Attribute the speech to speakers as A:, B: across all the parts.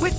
A: With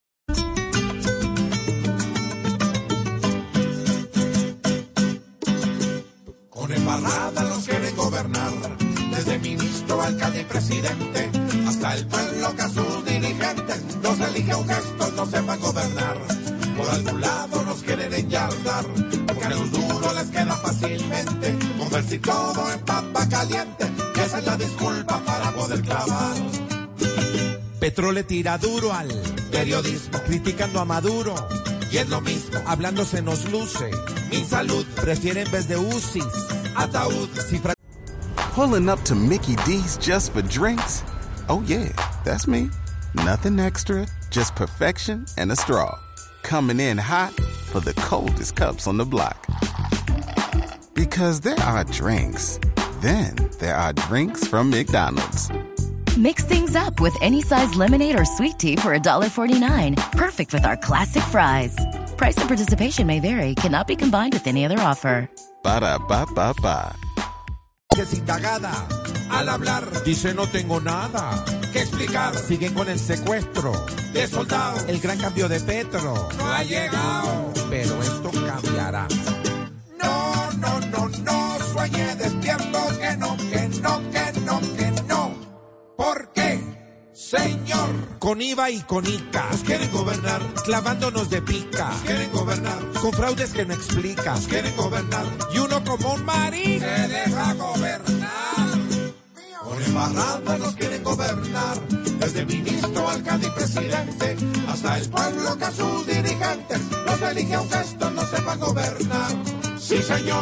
B: Con embarrada los quieren gobernar, desde ministro, alcalde y presidente, hasta el pueblo que a sus dirigentes nos elige un gesto, no sepan gobernar. Por algún lado nos quieren enyardar, porque a los duros les queda fácilmente, con ver si todo en papa caliente, que esa es la disculpa para poder clavar.
C: Petro le tira duro al
B: Periodismo,
C: criticando a Maduro,
B: y es lo mismo,
C: hablando se nos luce.
B: mi salud,
C: Prefiere en vez de UCIs
B: ataúd.
C: cifras
D: Pulling up to Mickey D's just for drinks? Oh, yeah, that's me. Nothing extra, just perfection and a straw. Coming in hot for the coldest cups on the block. Because there are drinks, then there are drinks from McDonald's.
E: Mix things up with any size lemonade or sweet tea for $1.49. Perfect with our classic fries. Price and participation may vary, cannot be combined with any other offer.
D: Ba da ba ba ba.
B: Que sin cagada, al hablar,
C: Dice no tengo nada.
B: que explicar,
C: Siguen con el secuestro.
B: de soldado,
C: El gran cambio de Petro.
B: no ha llegado.
C: Pero esto cambiará.
B: No, no, no, no sueñe despierto que no, que no, que no, que no. ¿Por qué, señor?
C: Con IVA y con ICA.
B: Nos quieren gobernar,
C: Clavándonos de pica.
B: nos quieren gobernar,
C: Con fraudes que no explicas.
B: nos quieren gobernar.
C: Y uno como un marido.
B: Se deja gobernar. Con embarrada nos quieren gobernar, desde ministro, alcalde y presidente, hasta el pueblo que a sus dirigentes los elige aunque estos no sepan gobernar. Sí, señor.